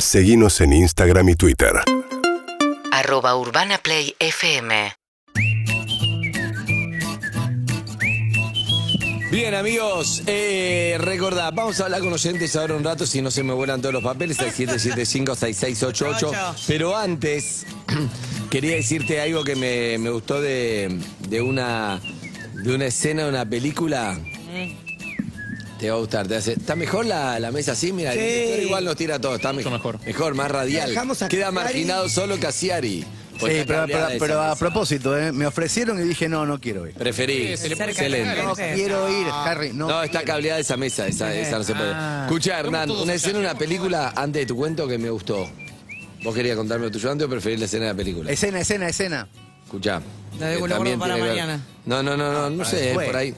Seguimos en Instagram y Twitter. arroba urbanaplayfm. Bien, amigos, eh, recordad, vamos a hablar con oyentes ahora un rato, si no se me vuelan todos los papeles, al 775-6688. Pero antes, quería decirte algo que me, me gustó de, de una, de una escena de una película. Te va a gustar, te hace. ¿Está mejor la, la mesa así? Mira, Mm. Sí. el director igual nos tira todo, está mejor. mejor. más radial. Dejamos a Queda Cassiari. marginado solo Casiari. Sí, pero, pero- pero a propósito, ¿eh? me ofrecieron y dije, no, no quiero ir. Preferí. Sí, se le puede Excelente. sacar. No quiero ir, Harry. No, No, está cableada esa mesa, esa, esa no se puede. Ah. Escucha, Somos Hernán, todos una acá, escena, una película antes de tu cuento que me gustó. ¿Vos querías contarme lo tuyo antes o preferís la escena de la película? Escena, escena, escena. Escuchá. La de que Gulo también Gordo para tiene que ver- mañana. Ah, No, no, no, no, no para sé, después. por ahí.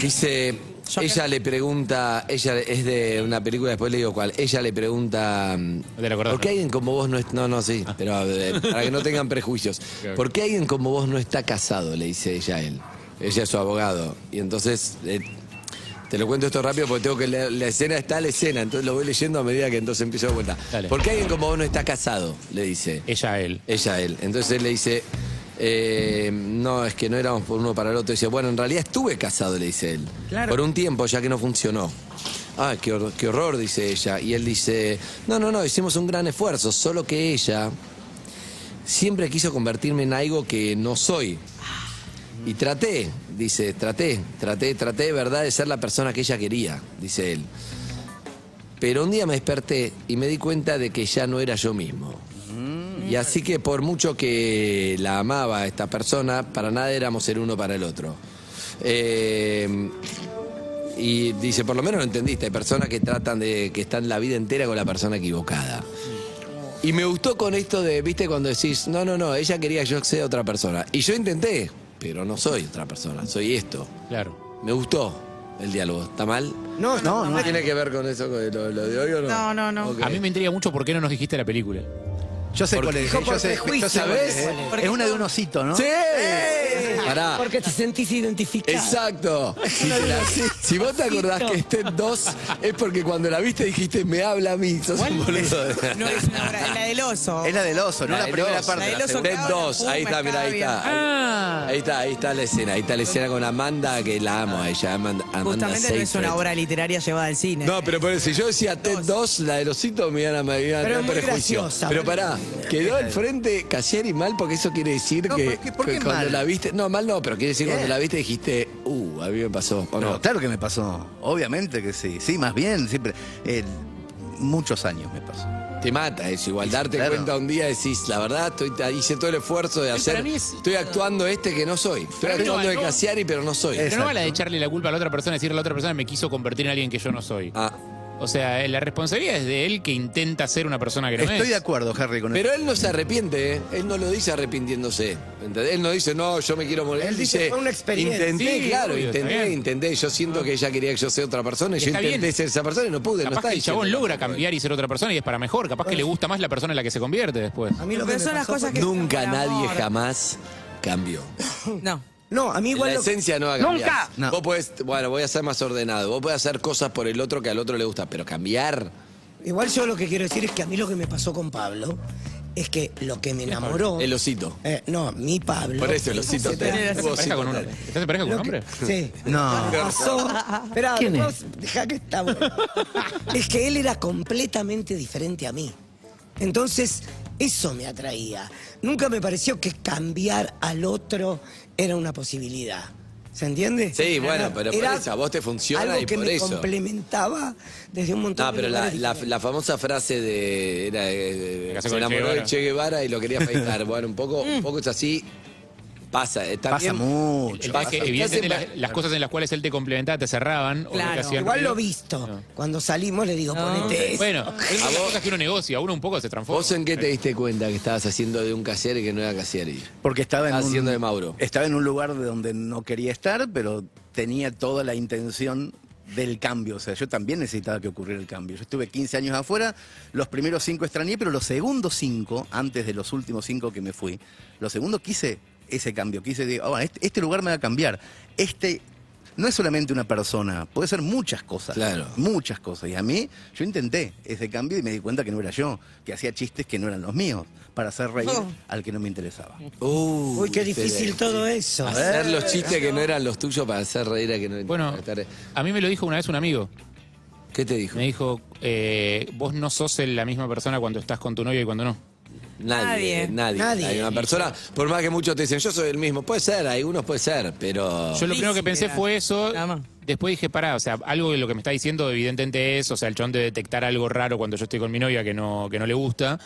Dice, ella le pregunta, ella es de una película, después le digo cuál. Ella le pregunta, mm, te la Ah. acordás, ¿por qué ¿no? alguien como vos no es, No, no, sí, pero eh, para que no tengan prejuicios. Claro. ¿Por qué alguien como vos no está casado? Le dice ella a él. Ella es su abogado. Y entonces... eh, te lo cuento esto rápido porque tengo que leer. La escena está la escena, entonces lo voy leyendo a medida que entonces empiezo a cuenta. Dale. ¿Por qué alguien como vos no está casado? Le dice. Ella a él. Ella a él. Entonces él le dice, eh, no, es que no éramos por uno para el otro. Dice, bueno, en realidad estuve casado, le dice él. Claro. Por un tiempo, ya que no funcionó. Ah, qué, hor- qué horror, dice ella. Y él dice, no, no, no, hicimos un gran esfuerzo, solo que ella siempre quiso convertirme en algo que no soy. Y traté, dice, traté, traté, traté de verdad de ser la persona que ella quería, dice él. Pero un día me desperté y me di cuenta de que ya no era yo mismo. Y así que por mucho que la amaba esta persona, para nada éramos el uno para el otro. Eh, y dice, por lo menos lo entendiste, hay personas que tratan de que están la vida entera con la persona equivocada. Y me gustó con esto de, viste, cuando decís, no, no, no, ella quería que yo sea otra persona. Y yo intenté, pero no soy otra persona, soy esto. Claro. Me gustó el diálogo, ¿está mal? No, no, no. ¿Tiene que ver con eso, con lo, lo de hoy o no? No, no, no. Ok. A mí me intriga mucho por qué no nos dijiste la película. Yo sé cuál es. dijo eh, Yo por sé, yo sé prejuicio, cuál ¿ves? es. eh. Porque Es una de todo- un osito, ¿no? ¡Sí! Pará. Porque te sentís identificado. Exacto. Si, la- si vos te acordás que esté en dos, es porque cuando la viste dijiste, me habla a mí. Sos un boludo. No es una obra, es la del oso. Es la del oso, no La Ah. la, del primera oso. parte. La del la oso segunda. Ted Claro, 2, ahí Puma, está, mira, ahí Octavia. está. Ahí está, ahí está la escena, ahí está la escena con Amanda, que la amo a ella, Amanda. Amanda Justamente no es Seyfried. una obra literaria llevada al cine. No, pero por eso, si yo decía Ted 2, la de los citos me iban a me iban a Pero dar es muy prejuicio. graciosa, pero boludo. pará, quedó al frente Casieri mal porque eso quiere decir No, que, ¿por qué- por que qué cuando mal? la viste. No, mal no, pero quiere decir cuando Bien. la viste dijiste, uh, a mí me pasó. ¿o No, no? claro que me pasó. Obviamente que sí. Sí, más bien, siempre. eh, muchos años me pasó. Te mata eso, igual darte Claro. cuenta un día decís, la verdad, estoy, hice todo el esfuerzo de hacer. para mí es- Estoy actuando este que no soy. Estoy Para mí no, actuando de no. Casiari, pero no soy. Pero no va la de echarle la culpa a la otra persona, decirle a la otra persona me quiso convertir en alguien que yo no soy. Ah, O sea, eh, la responsabilidad es de él que intenta ser una persona que no Estoy de es. acuerdo, Harry, con pero él no se arrepiente, ¿eh? él no lo dice arrepintiéndose. ¿entendés? Él no dice, no, yo me quiero morir. Él, Él dice, dice, "Fue una experiencia". intenté, Sí, claro, obvio, está intenté, bien. intenté. Yo siento que ella quería que yo sea otra persona y Y yo está intenté bien. ser esa persona y no pude. no Capaz está que el chabón diciendo, logra "No, no, no". cambiar y ser otra persona y es para mejor. Capaz que le gusta más la persona en la que se convierte después. A mí lo que Pero me son las pasó cosas que. Nunca son por nadie amor. jamás cambió. No. No, a mí igual la lo que- esencia no va a cambiar. ¡Nunca! No. Vos podés, bueno, voy a ser más ordenado. Vos podés hacer cosas por el otro que al otro le gusta, pero cambiar. Igual yo lo que quiero decir es que a mí lo que me pasó con Pablo es que lo que me enamoró. El osito. Eh, no, mi Pablo. Por eso el osito Se- te. ¿Estás en pareja con un hombre? ¿Estás en pareja con un Lo que- hombre? Sí. No. Lo que Pasó. Esperá, ¿Quién después- dejá que está bueno. Es que él era completamente diferente a mí. Entonces, eso me atraía. Nunca me pareció que cambiar al otro era una posibilidad. ¿Se entiende? Sí, bueno, pero por Era eso, a vos te funciona algo y que por me eso. complementaba desde un montón No, de pero la, lugares la- diferentes. la famosa frase de. Era, eh, Me casé se con el enamoró Che de Guevara. Che Guevara y lo quería afeitar. bueno, un poco, un poco es así. Pasa. eh, Pasa también- El mucho. tema es que Pasa. evidentemente Estás las, en- las cosas en las cuales él te complementaba te cerraban. o no te Claro. hacían Igual lo ruido. visto. No. Cuando salimos le digo, No. ponete eso. Bueno, es una de las cosas que uno negocia, uno un poco se transforma. ¿Vos en qué te diste cuenta que estabas haciendo de un y que no era Casieri? Porque estaba en Estaba un, haciendo de Mauro. Estaba en un lugar de donde no quería estar, pero tenía toda la intención del cambio. O sea, yo también necesitaba que ocurriera el cambio. Yo estuve 15 años afuera, los primeros cinco extrañé, pero los segundos cinco, antes de los últimos cinco que me fui, los segundos quise ese cambio. Quise, digo, "Ah, bueno, este, este lugar me va a cambiar. Este no es solamente una persona, puede ser muchas cosas. Claro. Muchas cosas. Y a mí, yo intenté ese cambio y me di cuenta que no era yo, que hacía chistes que no eran los míos, para hacer reír Oh. al que no me interesaba. Uh, Uy, qué difícil pero- todo eso. Hacer los chistes que no eran los tuyos para hacer reír a que no Bueno, a mí me lo dijo una vez un amigo. ¿Qué te dijo? Me dijo, eh, vos no sos el- la misma persona cuando estás con tu novia y cuando no. Nadie, Nadie. nadie. Nadie. Hay una persona, por más que muchos te dicen, yo soy el mismo. Puede ser, algunos puede ser, pero. Yo lo primero que pensé Era. fue eso. Nada más. Después dije, pará, o sea, algo de lo que me está diciendo evidentemente es, o sea, el chon de detectar algo raro cuando yo estoy con mi novia que no, que no le gusta.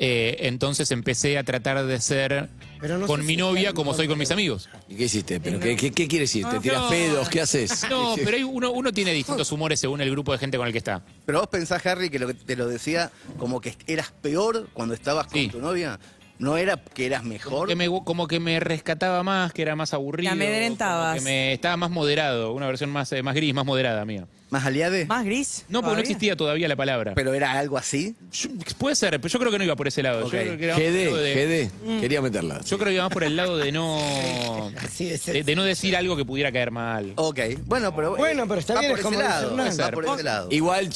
Eh, entonces empecé a tratar de ser Pero no con sé mi si novia claro, como soy con mis amigos. ¿Y qué hiciste? ¿Pero qué, qué, qué quieres decir? ¿Te Ah, tiras Eh, no. pedos? ¿Qué haces? No, pero hay uno, uno tiene distintos humores según el grupo de gente con el que está. Pero vos pensás, Harry, que lo que te lo decía como que eras peor cuando estabas con Sí. tu novia. No era que eras mejor. Que me, como que me rescataba más, que era más aburrido. Te amedrentabas. como Que me estaba más moderado, una versión más, eh, más gris, más moderada mía. ¿Más aliade? ¿Más gris? No, porque no ¿Todavía? existía todavía la palabra. Pero era algo así. Yo- puede ser, pero yo creo que no iba por ese lado. Ok. Yo creo que era más por el lado de- GD, GD. Quería meterla. Yo creo que iba más por el lado de no. Así de De, de no decir algo que pudiera caer Oh, mal. Ok. Bueno, pero. eh, Bueno, pero está va bien, por es ese como lado, decir nada. Va por ese lado. Igual.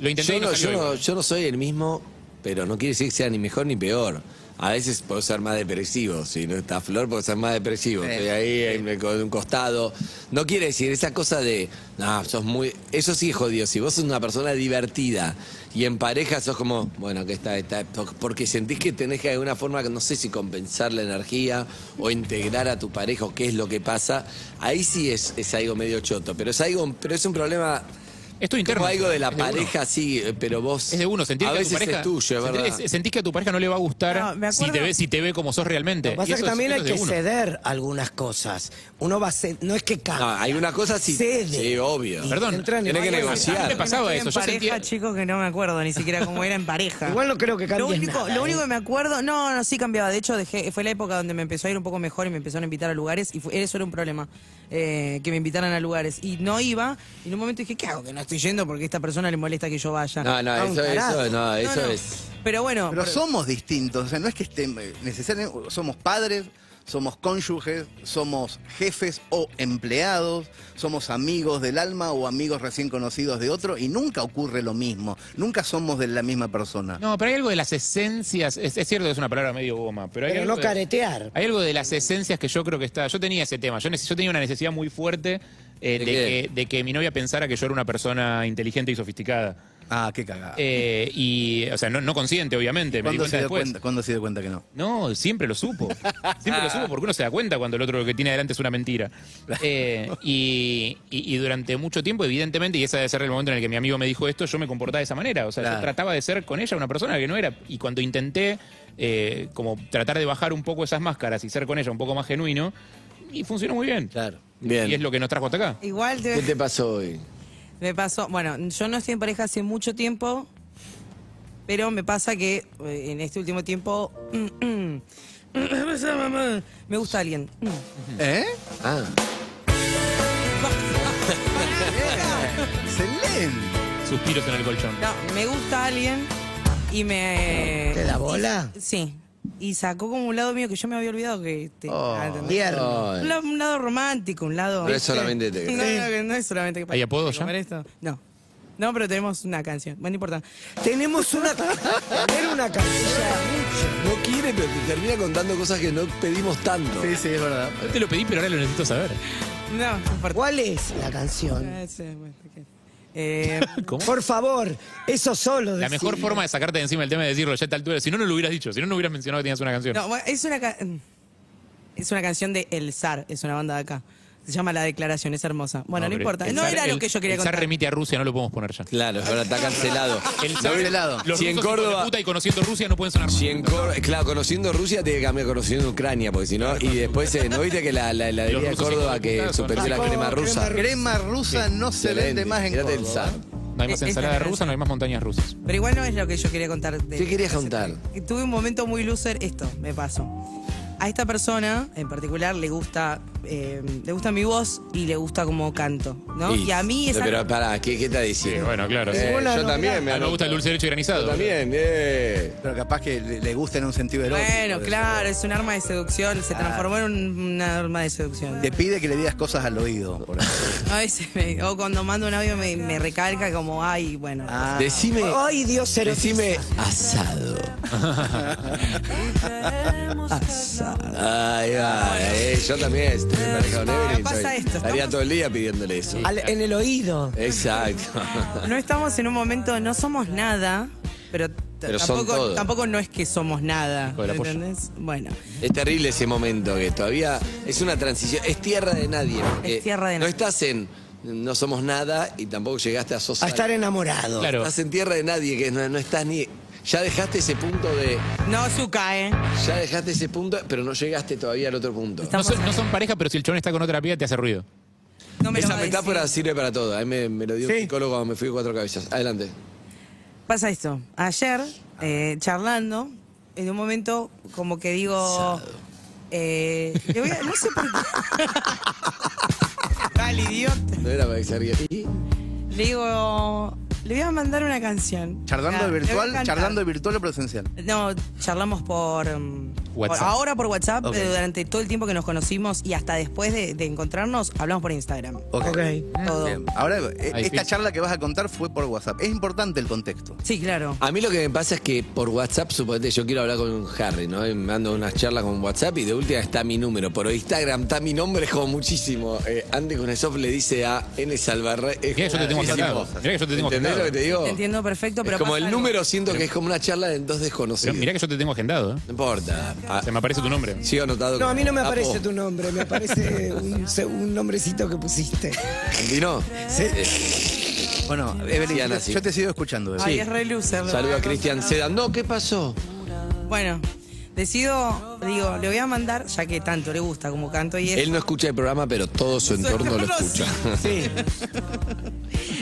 Lo intenté yo, y no no, salió yo, no, igual. yo no soy el mismo, pero no quiere decir que sea ni mejor ni peor. A veces puedo ser más depresivo. Si no está flor, puedo ser más depresivo. Eh, Estoy ahí en- con un costado. No quiere decir esa cosa de. No, sos muy. Eso sí es jodido. Si vos sos una persona divertida y en pareja sos como. Bueno, que está. está porque sentís que tenés que de alguna forma, no sé si compensar la energía o integrar a tu pareja o qué es lo que pasa. Ahí sí es, es algo medio choto. Pero es, algo, pero es un problema. Esto interno. Como algo de la Es uno. pareja, sí, eh, pero vos. Es de uno, sentir a que a veces tu pareja. es tuyo, es sentir- verdad. es- sentís que a tu pareja no le va a gustar No, me si te acuerdo- ve, si te ve como sos realmente. Lo que pasa Y es que eso es- también eso hay es de que uno. ceder algunas cosas. Uno va a ceder, no es que No, Ah. cambie. hay una cosa sí. Cede. Sí, obvio. Y Perdón, entra en tenés que el- A mí negociar. me pasaba Estoy eso. en Yo pareja, sentía. chicos, que no me acuerdo ni siquiera cómo era en pareja. Igual no creo que cambie Lo único, nada, lo ¿eh? único que me acuerdo, no, no, sí cambiaba. De hecho, dejé, fue la época donde me empezó a ir un poco mejor y me empezaron a invitar a lugares. Y fue- eso era un problema, eh, que me invitaran a lugares. Y no iba. Y en un momento dije, ¿qué hago? Que no estoy yendo porque a esta persona le molesta que yo vaya. No, no, Ah, un eso- eso carajo. no, eso es- Pero bueno, Pero por- somos distintos, o sea, no es que estén eh, necesariamente, somos padres, somos cónyuges, somos jefes o empleados, somos amigos del alma o amigos recién conocidos de otro y nunca ocurre lo mismo, nunca somos de la misma persona. No, pero hay algo de las esencias. Es, es cierto que es una palabra medio goma, pero hay Pero algo no de- caretear. Hay algo de las esencias que yo creo que está. Yo tenía ese tema. Yo, neces- yo tenía una necesidad muy fuerte eh, ¿De de, qué? que, de que mi novia pensara que yo era una persona inteligente y sofisticada. Ah, qué cagada. Eh, y, o sea, no, no consciente, obviamente. Me di ¿Cuándo se, cuenta dio después. cuenta, Ah. cuándo se dio cuenta que no? No, siempre lo supo. Siempre lo supo porque uno se da cuenta cuando el otro lo que tiene adelante es una mentira. Eh, y, y- y durante mucho tiempo, evidentemente, y ese debe ser el momento en el que mi amigo me dijo esto, yo me comportaba de esa manera. O sea, Claro. yo trataba de ser con ella una persona que no era. Y cuando intenté eh, como tratar de bajar un poco esas máscaras y ser con ella un poco más genuino, y funcionó muy bien. Claro. Y es Bien. lo que nos trajo hasta acá. igual te- ¿Qué te pasó hoy? me pasó. Bueno, yo no estoy en pareja hace mucho tiempo. Pero me pasa que eh, en este último tiempo. mm, me gusta alguien. ¿Eh? Ah, Excelente. Suspiros en el colchón. No, me gusta alguien y me. ¿Te da bola? Sí. Y sacó como un lado mío que yo me había olvidado que te- Oh, ah, ¿entendés? Tierno. Un, lado, un lado romántico, un lado. No es solamente te No, crees. no, que no es solamente que ¿Hay apodo ya? comer esto. No. No, pero tenemos una canción. Bueno, no importa. Tenemos una. Tener una casilla. No quiere, pero te termina contando cosas que no pedimos tanto. Sí, sí, es verdad. Yo te lo pedí, pero ahora lo necesito saber. No, no importa. ¿Cuál es la canción? Ah, sí, bueno, ok. Eh, ¿Cómo? Por favor, eso solo. La decí. mejor forma de sacarte de encima el tema es decirlo ya a esta altura. Si no, no lo hubieras dicho. Si no, no hubieras mencionado que tenías una canción. no, bueno, es una ca- es una canción de El Zar, es una banda de acá. Se llama La Declaración, es hermosa. Bueno, no, pero importa. el No zar- era lo el- que yo quería El zar contar. remite a Rusia, no lo podemos poner ya. Claro, ahora está cancelado. El No, mira, Los Si en rusos, hijos de Córdoba. puta, y conociendo Rusia no pueden sonar más. Si en Cor- claro, conociendo Rusia tiene que cambiar conociendo Ucrania, porque si no, y después, eh, ¿no viste que la, la heladería de rusos Córdoba hijos de puta que son- superó la crema rusa? Crema rusa no se vende Excelente. más en Mirate el Córdoba. zar. No hay más Eh, ensalada esta- rusa, no hay más montañas rusas. Pero igual no es lo que yo quería contar. de- ¿Qué querías de ese contar? tema. Tuve un momento muy loser, esto me pasó. A esta persona en particular le gusta eh, le gusta mi voz y le gusta como canto, ¿no? Y, a mí esa... Pero pará, ¿qué, qué está Sí, diciendo? bueno, claro. sí. Eh, A mí yo también me Ah, me gusta el dulce de leche granizado. Yo también, eh. Pero capaz que le, le gusta en un sentido erótico. Bueno, de claro, es un arma de seducción, Ah. se transformó en un- una arma de seducción. eso. Te pide que le digas cosas al oído. por ejemplo. A veces me- o cuando mando un audio me, me recalca como, ay, bueno. Ah, Decime, Ay, Dios erotiza. decime asado. asado. Ay, ay, eh, yo también estoy en pareja con Evelyn. Ah, pasa soy- esto, Estaría estamos- todo el día pidiéndole eso. Al- en el oído. Exacto. No estamos en un momento, no somos nada, pero, t- Pero son tampoco, todo. tampoco no es que somos nada. Con el apoyo. ¿entendés? Bueno, Es terrible ese momento que todavía es una transición, es tierra de nadie. porque Es tierra de No nadie. estás en no somos nada y tampoco llegaste a sos A estar enamorado. Claro. Estás en tierra de nadie, que no, no estás ni. Ya dejaste ese punto de. no Zuka, ¿eh? Ya dejaste ese punto, pero no llegaste todavía al otro punto. Está- No son, no son pareja, pero si el chabón está con otra piba, te hace ruido. No me lo Esa va a metáfora decir. sirve para todo. A mí me, me lo dio un psicólogo cuando me fui de cuatro cabezas. Adelante. Pasa esto. Ayer, eh, charlando, en un momento como que digo... eh, le voy a- no sé por qué. Vale, idiota. No era para que se ría. Y Le digo... Le voy a mandar una canción. Charlando Ah, de le voy a virtual, cantar. charlando de virtual o presencial. No, charlamos por, mm, WhatsApp. por- ahora por WhatsApp, Ok. eh, durante todo el tiempo que nos conocimos y hasta después de, de encontrarnos, hablamos por Instagram. Ok. Todo. Bien. Ahora, eh, Ahí esta sí. charla que vas a contar fue por WhatsApp. Es importante el contexto. Sí, claro. A mí lo que me pasa es que por WhatsApp, suponete, yo quiero hablar con Harry, ¿no? Y me mando unas charlas con WhatsApp y de última está mi número. Por Instagram está mi nombre, es como muchísimo. Eh, antes con eso le dice a N. Salvarre. es Mirá que yo te tengo muchísimo. agendado. Mirá que yo te tengo ¿Entendés agendado. lo que te digo? Te entiendo perfecto, Es pero como pasa el algo. número siento que es como una charla de dos Pero desconocidos. mirá que yo te tengo agendado. ¿eh? No importa. Ah, Se me aparece tu nombre. sigo anotado. No, a mí no me Apo. aparece tu nombre, me aparece un, se- un nombrecito que pusiste. Andino. Eh, Bueno, Evelyn, Sigan yo, te- así. yo te sigo escuchando. Evelyn. Ay, Sí. es re loser, lo Saludo voy a Cristian contar. Sedan. No, ¿qué pasó? Bueno, decido, digo, le voy a mandar, ya que tanto le gusta como canto y eso. Él no escucha el programa, pero todo su entorno lo escucha.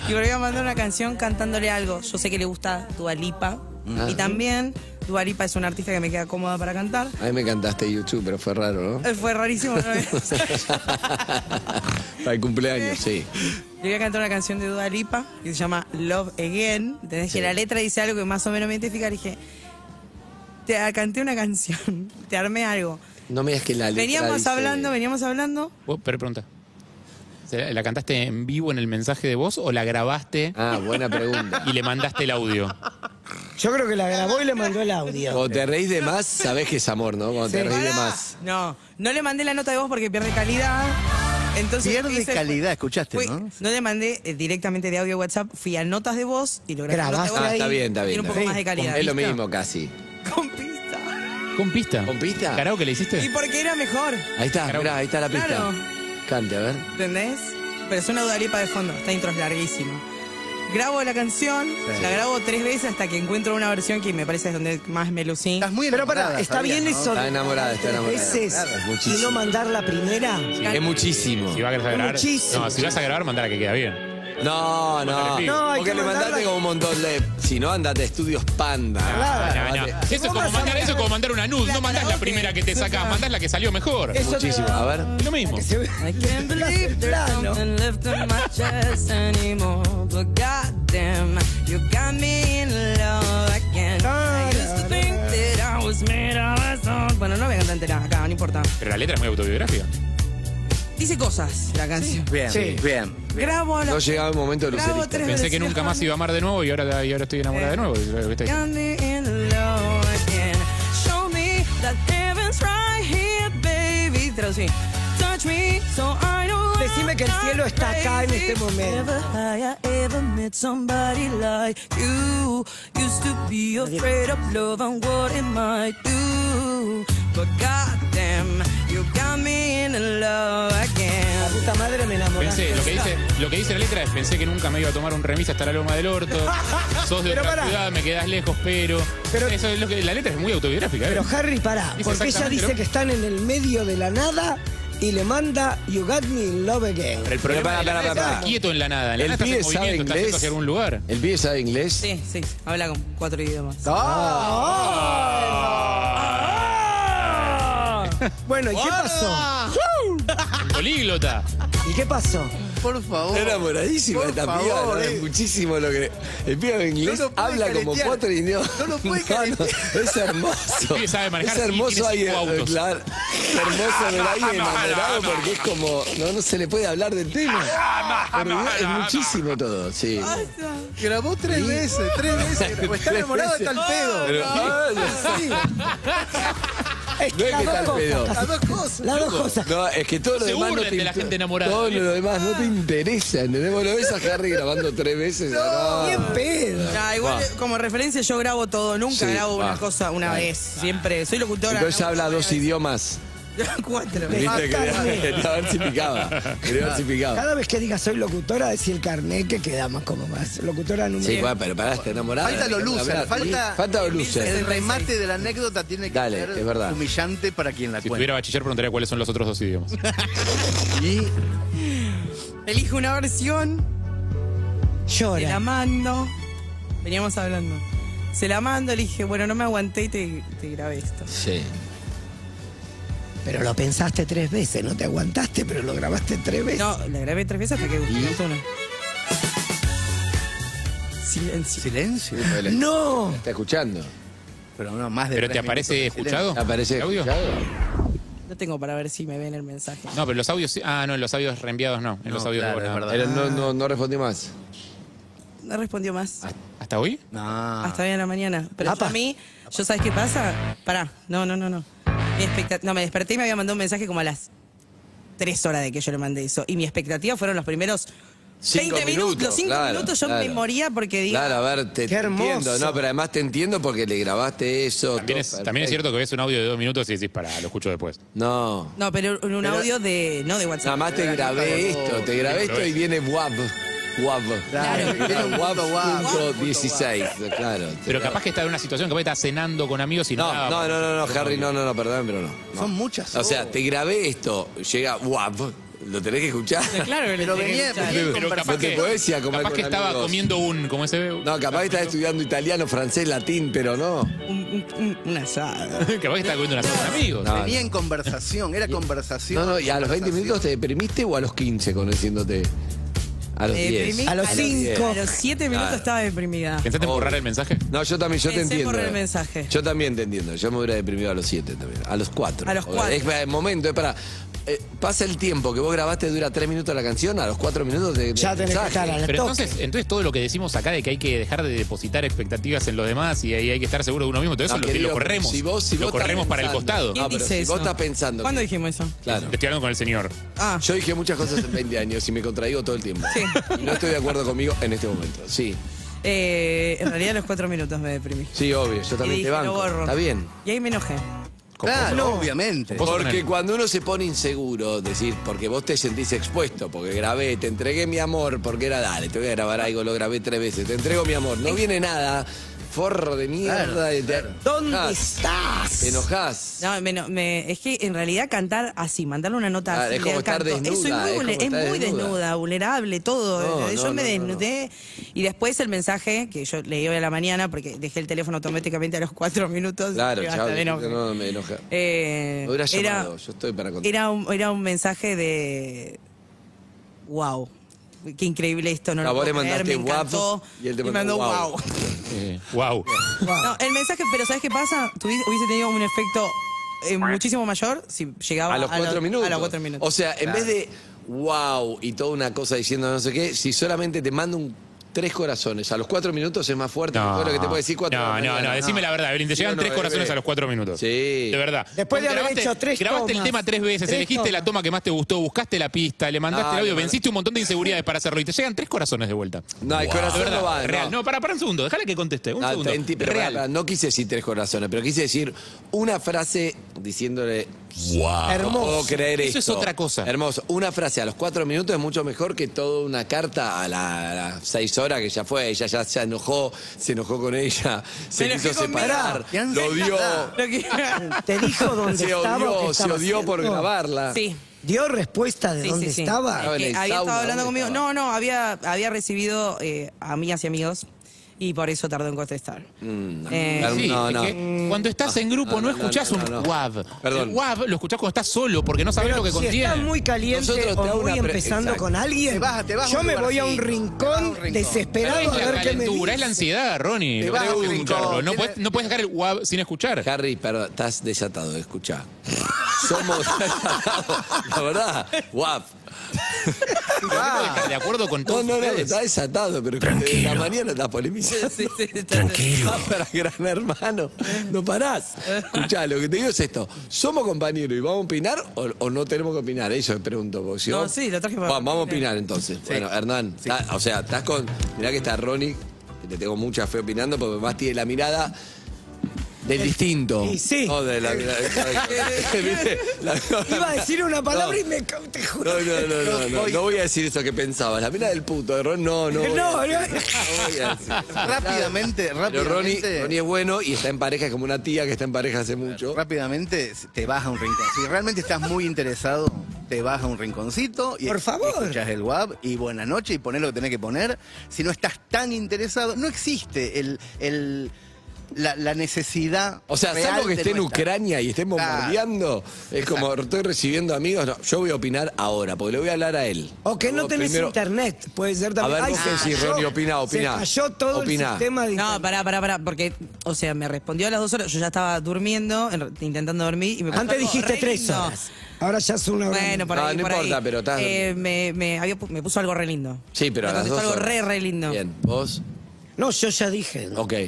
Y le voy a mandar una canción cantándole algo. Yo sé que le gusta Dualipa. Ah. Y también Dualipa es una artista que me queda cómoda para cantar. A mí me cantaste YouTube, pero fue raro, ¿no? Eh, Fue rarísimo, ¿no? Para el cumpleaños, sí. Yo voy a cantar una canción de Dua Lipa que se llama Love Again. Tenés que la letra dice algo que más o menos me identifica. Le dije, te ah, canté una canción, te armé algo. No me digas que la letra Veníamos dice- hablando, veníamos hablando. Vos, pero pregunta. ¿Se ¿La la cantaste en vivo en el mensaje de voz o la grabaste Ah, buena pregunta. y le mandaste el audio? Yo creo que la grabó y le mandó el audio. Cuando te reís de más, sabés que es amor, ¿no? Cuando te reís de Pará. más. No, no le mandé la nota de voz porque pierde calidad. Entonces, Pierde ese fue- calidad, escuchaste, fui- ¿no? le mandé eh, directamente de audio a WhatsApp, fui a notas de voz y lo grabé. Grabaste Notas de voz. Ah, está bien, está bien. Tiene un está poco bien. más de calidad. Es lo ¿Viste? mismo casi. Con pista. ¿Con pista? ¿Con pista? ¿Carao que le hiciste? Y porque era mejor, Ahí está, Claro. mirá, ahí está la pista. Claro. Cante, a ver. ¿entendés? Pero es una Dualipa de fondo, esta intro es larguísima. Grabo la canción, la grabo tres veces hasta que encuentro una versión que me parece es donde más me lucí. Estás muy Pero enamorada. pará, está Fabián, bien ¿no? eso. Está enamorada, está enamorada. Veces y no Muchísimo. mandar la primera. Es muchísimo. Si vas a grabar. Muchísimo. No, si vas a grabar, mandar a que queda bien. No, no. Mándale, pibe. No, hay Porque que le mandaste mandarla- como un montón de. Si no, andate a estudios panda. No, no. Mandate- Eso es como mandar, eso es como mandar una nud. No mandás la primera que te sacás, mandás la que salió mejor. Es Muchísimo. A ver. lo mismo. I can't believe there's something left in my chest anymore. But goddamn, you got me in love again. I used to think that I was made out of song. Bueno, no voy a cantar entera acá, no importa. Pero la letra es muy autobiográfica. Dice cosas la canción. Bien, bien. Grabo la. No llegaba el momento de grabo lucerista. tres Pensé que veces. nunca más iba a amar de nuevo y ahora, y ahora estoy enamorada de nuevo. ¿viste? Eh. Got me in love again. Show me that heaven's right here, baby. Traducí. Touch me so I don't act Decime que el cielo está acá en crazy. este momento. Never had I ever met somebody like you. Used to be afraid of love and what it might do. But goddamn, you got me in love again. La puta madre me enamoraste. Pensé, lo que, dice, lo que dice la letra es pensé que nunca me iba a tomar un remis hasta la loma del orto. Sos de Pero otra pará. ciudad, me quedás lejos, pero. Pero- eso es lo que. La letra es muy autobiográfica. ¿eh? Pero Harry, pará, Dice porque ella exactamente dice lo- que están en el medio de la nada y le manda You Got Me in Love Again. Pero el problema Pero pará, pará, de la letra es pará. estar quieto en la nada. En la El nada estás pibe en sabe movimiento, estás yendo inglés. hacia algún lugar. ¿El pibe sabe inglés? Ah. Sí, sí, habla con cuatro idiomas. Ah, Bueno, ¿y qué pasó? Ah, políglota. ¿Y qué pasó? Por favor. Era moradísima Por esta favor, piba, ¿no? eh. muchísimo lo que. El pibe en inglés No lo puede habla como caretear. cuatro idiomas. No lo puede caretear. Es hermoso. El pibe sabe manejar es y hermoso tiene ahí. eh, cinco autos. Ah, claro, es hermoso ver ahí enamorado porque es como. No, no se le puede hablar del tema. Ah, Por Dios, es muchísimo todo, sí. Grabó tres veces, tres veces. Pues está enamorado hasta el pedo. Pero- Ah, sí. No es que las está el dos pedo. cosas. Las dos cosas. Las dos cosas. No, es que todo lo Se demás no burlen te de la inter- gente enamorada. Todo lo demás no te interesa, ¿entendés? Vos lo ves a Harry grabando tres veces. No, Bien pedo. Ya, igual, eh, como referencia, yo grabo todo. Sí, Nunca grabo una va. cosa una vez. Siempre. Soy locutora. Entonces grabo habla una dos vez. idiomas. Cuatro. Me Viste que mataron. a ver si picaba. Quería ver si picaba. Cada vez que digas soy locutora, decir el carnet que queda más como más. Locutora número. Sí, bueno, pero pará, está enamorada. Falta lo loser, Habrá- falta- Falta lo El loser. remate de la anécdota tiene que Dale, ser es verdad. humillante para quien la Si cuenta. tuviera bachiller, preguntaría cuáles son los otros dos idiomas. Y Elijo una versión, se la Llora. mando. Veníamos hablando. Se la mando, le dije, bueno, no me aguanté y te, te grabé esto. sí. Pero lo pensaste tres veces, no te aguantaste, pero lo grabaste tres veces. No, la grabé tres veces hasta que gustó la tona. Silencio. Silencio. Bueno, No. Está escuchando. Pero no, más de ¿Pero tres te aparece minutos de escuchado? silencio. Aparece ¿El audio? escuchado. No tengo para ver si me ven el mensaje. No, pero los audios. sí- Ah, no, en los audios reenviados no. En No, los audios claro, guardados. es verdad. Pero no, no, no respondí más. No respondió más. ¿Hasta hoy? Ah. No. Hasta hoy en la mañana. Pero para mí, ¿yo sabes qué pasa? Pará. No, no, no, no. Mi expecta- no, me desperté y me había mandado un mensaje como a las tres horas de que yo le mandé eso. Y mi expectativa fueron los primeros Cinco 20 minutos. Los cinco claro, minutos yo me claro. moría porque digo. Claro, a ver, te, Qué hermoso. entiendo. No, pero además te entiendo porque le grabaste eso. También todo es, también perfecto. es cierto que ves un audio de dos minutos y decís, pará, lo escucho después. No. No, pero un un Pero- audio de. No, de Nada WhatsApp. más te grabé esto, te grabé esto y viene WAP. WAP. Claro. WAP. punto 16, claro. Pero capaz que está en una situación, capaz que está cenando con amigos y No, nada. no, no, no, no, Harry, no, no, no, perdón, pero no. no. Son muchas O sea, te grabé esto, llega WAP, lo tenés que escuchar. Claro, que le Pero tenés que venía- escuchar. venía- Pero capaz No te que, podés ir a comer capaz con que estaba amigos. comiendo un, como ese. No, capaz que estás estudiando italiano, francés, latín, pero no. Un- un- un- un asado. capaz que estaba comiendo una con amigos. No, Venía en conversación, era conversación. No, no, y a los 20 minutos te deprimiste o a los 15 conociéndote. A los Me 10. deprimí A los cinco. A los siete minutos estaba deprimida. ¿Pensaste en borrar el mensaje? No, yo también, yo te Pensé entiendo. por el mensaje. Yo también te entiendo. Yo me hubiera deprimido a los 7 también. A los 4. A los cuatro. Es para el momento, es para. eh, pasa el tiempo que vos grabaste, dura 3 minutos la canción, a los 4 minutos te. Ya tenés que estar al Pero toque. entonces, entonces todo lo que decimos acá de que hay que dejar de depositar expectativas en los demás y ahí hay que estar seguro de uno mismo, todo eso No, lo, querido, lo corremos. si vos- si lo vos estás corremos para el pensando. costado. No, ¿Quién pero dice si eso? vos estás pensando. ¿Cuándo dijimos eso? Claro. Te estoy hablando con el señor. Ah, Yo dije muchas cosas en 20 años y me contradigo todo el tiempo. Sí. Y no estoy de acuerdo conmigo en este momento. Sí, eh, en realidad a los cuatro minutos me deprimí. sí, obvio. Yo Y también dije, te banco. lo borro. Está bien. Y ahí me enojé. Claro, obviamente. Vos sos Porque un- cuando uno se pone inseguro, decir, porque vos te sentís expuesto, porque grabé, te entregué mi amor, porque era, dale, te voy a grabar algo, lo grabé tres veces, te entrego mi amor, no viene nada, forro de mierda, te- ¿Dónde Ah, estás? te enojás. No, me, no- me- es que en realidad cantar así, mandarle una nota Ah, así. es le como estar canto, desnuda, Eso es muy, es como vul- es estar muy desnuda. desnuda. vulnerable, todo. No, yo no, me no, no, no. desnudé. Y después el mensaje que yo leí hoy a la mañana, porque dejé el teléfono automáticamente a los cuatro minutos. Claro, y basta chao, de enojo. dijiste, no, me enoja. Eh, Me hubiera era- llamado, yo estoy para contar. Era un, era un mensaje de. ¡Wow! Qué increíble esto, no Ah, lo vos puedo le creer, me mandaste guapo encantó. y él te me mandó mandó guau. wow. Eh, wow. No, el mensaje, pero ¿sabes qué pasa? Tuvi- hubiese tenido un efecto eh, muchísimo mayor si llegaba A los cuatro minutos. A los cuatro minutos. O sea, en vez de wow y toda una cosa diciendo no sé qué, si solamente te mando un tres corazones, a los cuatro minutos es más fuerte que todo lo que te puede decir cuatro. de la no, no, mañana. no, decime la verdad, Belín. Te Sí llegan o no, eh, tres corazones bebé. a los cuatro minutos. Sí. De verdad. Después de haber Grabaste- hecho tres Grabaste el tomas. tema tres veces, Tres elegiste la tomas. toma que más te gustó, buscaste la pista, le mandaste No, el audio, Ah, no, no. venciste un montón de inseguridades para hacerlo y te llegan tres corazones de vuelta. No, el corazón De verdad, no va. real. no. No, para, para un segundo, déjala que conteste. Un No, segundo. enti- pero real. pará, pará, no quise decir tres corazones, pero quise decir una frase diciéndole. ¡Wow! Hermoso. Ah, puedo creer Eso es esto". otra cosa. Hermoso. Una frase a los cuatro minutos es mucho mejor que toda una carta a, la- a las seis horas que ya fue. Ella ya se enojó, se enojó con ella, se Me quiso enojé conmigo. separar, Qué lo odió, Lo que- Ah. ¿Te dijo dónde se estaba? o qué odió, se estaba odió por haciendo? grabarla. sí. ¿Dio respuesta de Sí, dónde sí, sí. estaba? Estaba en Que el había sauna, estado hablando ¿dónde conmigo. estaba? No, no, había, había recibido eh, amigas y amigos y por eso tardó en contestar. Mm, Eh, Claro, Sí, no, es no. Ah, que cuando estás en grupo no, no, no, escuchás no, no, no. un WAV. Perdón. El WAV lo escuchás cuando estás solo porque no sabes lo que si contiene. estás muy caliente Nosotros te o hago muy una pre- empezando Exacto. con alguien, Te vas- te vas a yo un me voy a un lugarcito, te vas a rincón un rincón. Pero desesperado es a la ver qué me calentura, es la dice. anguedad, Ronnie. Te No vas tenés a un que rincón, escucharlo. No tiene- puedes, no puedes dejar el WAV sin escuchar. Harry, pero estás desatado, escuchá. Somos la verdad, guap. Tengo que estar de acuerdo con No, todos no, no, ustedes. está desatado, pero desde la mañana estás polemizando. sí, sí, está- Tranquilo. Vas para Gran Hermano, no parás. Escuchá, lo que te digo es esto, ¿somos compañeros y vamos a opinar o, o no tenemos que opinar? Eso me pregunto. porque si No, vos- sí, lo traje para- Va, Vamos a opinar entonces. Bueno, Hernán, está- o sea, estás con... Mirá que está Ronnie, que te tengo mucha fe opinando, porque más tiene la mirada... Del distinto. y sí. No, de la, ¿Viste? La- Iba a decir una palabra No. y me ca- te juro. No, no, no, no, no, no voy a decir eso que pensabas. La mina del puto de Ron, no, no. voy a No, decir. no. No voy a decir. Rápidamente, Pero Ronnie, rápidamente. Ronnie es bueno y está en pareja, es como una tía que está en pareja hace mucho. Rápidamente te vas a un rincón. Si realmente estás muy interesado, te vas a un rinconcito y Por favor. escuchas el WAP y buenas noches y pones lo que tenés que poner. Si no estás tan interesado, no existe el, el- la, la necesidad. O sea, real salvo que de esté en no estar. Ucrania y estemos Claro. bombardeando, es como estoy recibiendo amigos. no, yo voy a opinar ahora, porque le voy a hablar a él. O que no Yo tenés primero- internet, puede ser A también. ver, Ay, vos se qué decís, cayó- Ronnie, opina, opina. Se cayó todo Opina. el sistema de No, internet. pará, pará, pará, porque, o sea, me respondió a las dos horas, yo ya estaba durmiendo, en- intentando dormir y me puso Antes algo dijiste re tres lindo. horas. Ahora ya son una hora. Bueno, por No, ahí, no por importa, ahí. pero estás Eh, me, me, había pu- me puso algo re lindo. Sí, pero me a las contestó dos algo re, horas. re lindo. Bien, vos, No, yo ya dije. ¿no? ok.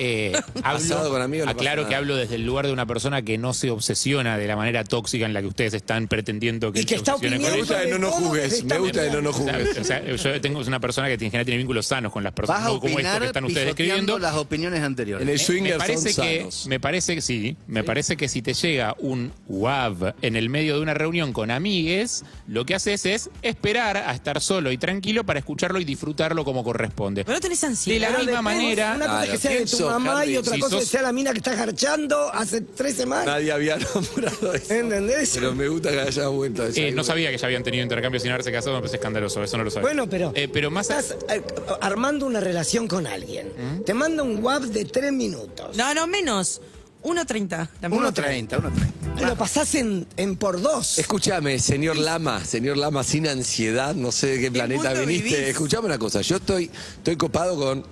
Eh, hablo, Pasado con amigos no pasa aclaro nada. que hablo desde el lugar de una persona que no se obsesiona de la manera tóxica en la que ustedes están pretendiendo que Y que se está obsesione con Me opinando ella. gusta de no nos Todo desde jugues, esta me gusta de no nos O sea, jugues. o sea, yo tengo es una persona que en general tiene vínculos sanos con las personas Vas a no como esto opinar que están ustedes escribiendo. pisoteando las opiniones anteriores. En el swinger me parece son que sanos. me parece que sí, me parece que si te llega un WAV en el medio de una reunión con amigues, lo que haces es esperar a estar solo y tranquilo para escucharlo y disfrutarlo como corresponde. Pero no tenés De ansiedad. la misma Depende, manera, Una cosa es que Claro, sea de ¿quién tu sos, mamá Harry? y otra Si cosa es que sos- sea la mina que está garchando hace tres semanas. Nadie había nombrado eso. ¿Entendés? Pero me gusta que haya vuelto a eso. Eh, no sabía que ya habían tenido intercambio sin haberse casado, me parece escandaloso, eso no lo sabía. Bueno, pero, Eh, pero más ¿Mm? estás eh, armando una relación con alguien. Te manda un WhatsApp de tres minutos. No, no, menos. 1.30. la misma 1.30, 1.30. Lo pasás en, en por dos. Escúchame, señor Lama, señor Lama, sin ansiedad, no sé de qué planeta mundo viniste. vivís? Escuchame una cosa, yo estoy, estoy copado con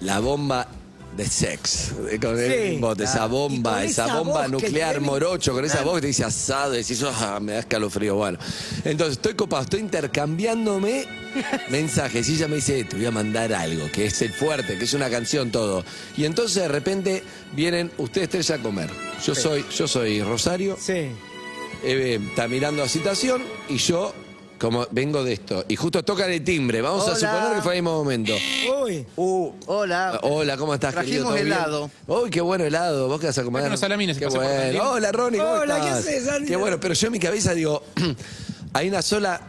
la bomba de sex, eh, con el Sí, bot, esa claro. Y bomba, con esa, esa bomba voz que nuclear tiene- morocho, con esa voz que te dice asado, y decís, "Ah, me da escalofrío, bueno. Entonces estoy copado, estoy intercambiándome mensajes y ella me dice, te voy a mandar algo, que es el fuerte, que es una canción, todo. Y entonces de repente vienen ustedes tres a comer. Yo soy, yo soy Rosario, Sí. eh, está mirando a citación y yo, como vengo de esto, y justo tocan el timbre, vamos a Hola. suponer que fue el mismo momento. Uy. Uh, hola. Ah, Hola, ¿cómo estás, querido? Trajimos ¿Todo bien? helado. Uy, qué bueno helado. ¿Vos qué vas a comer? Trajeron salamines, qué ¿qué vas a comer bueno. también? Hola, Ronnie, ¿cómo Hola, ¿qué estás? haces, Andy? Qué bueno, pero yo en mi cabeza digo, hay una sola,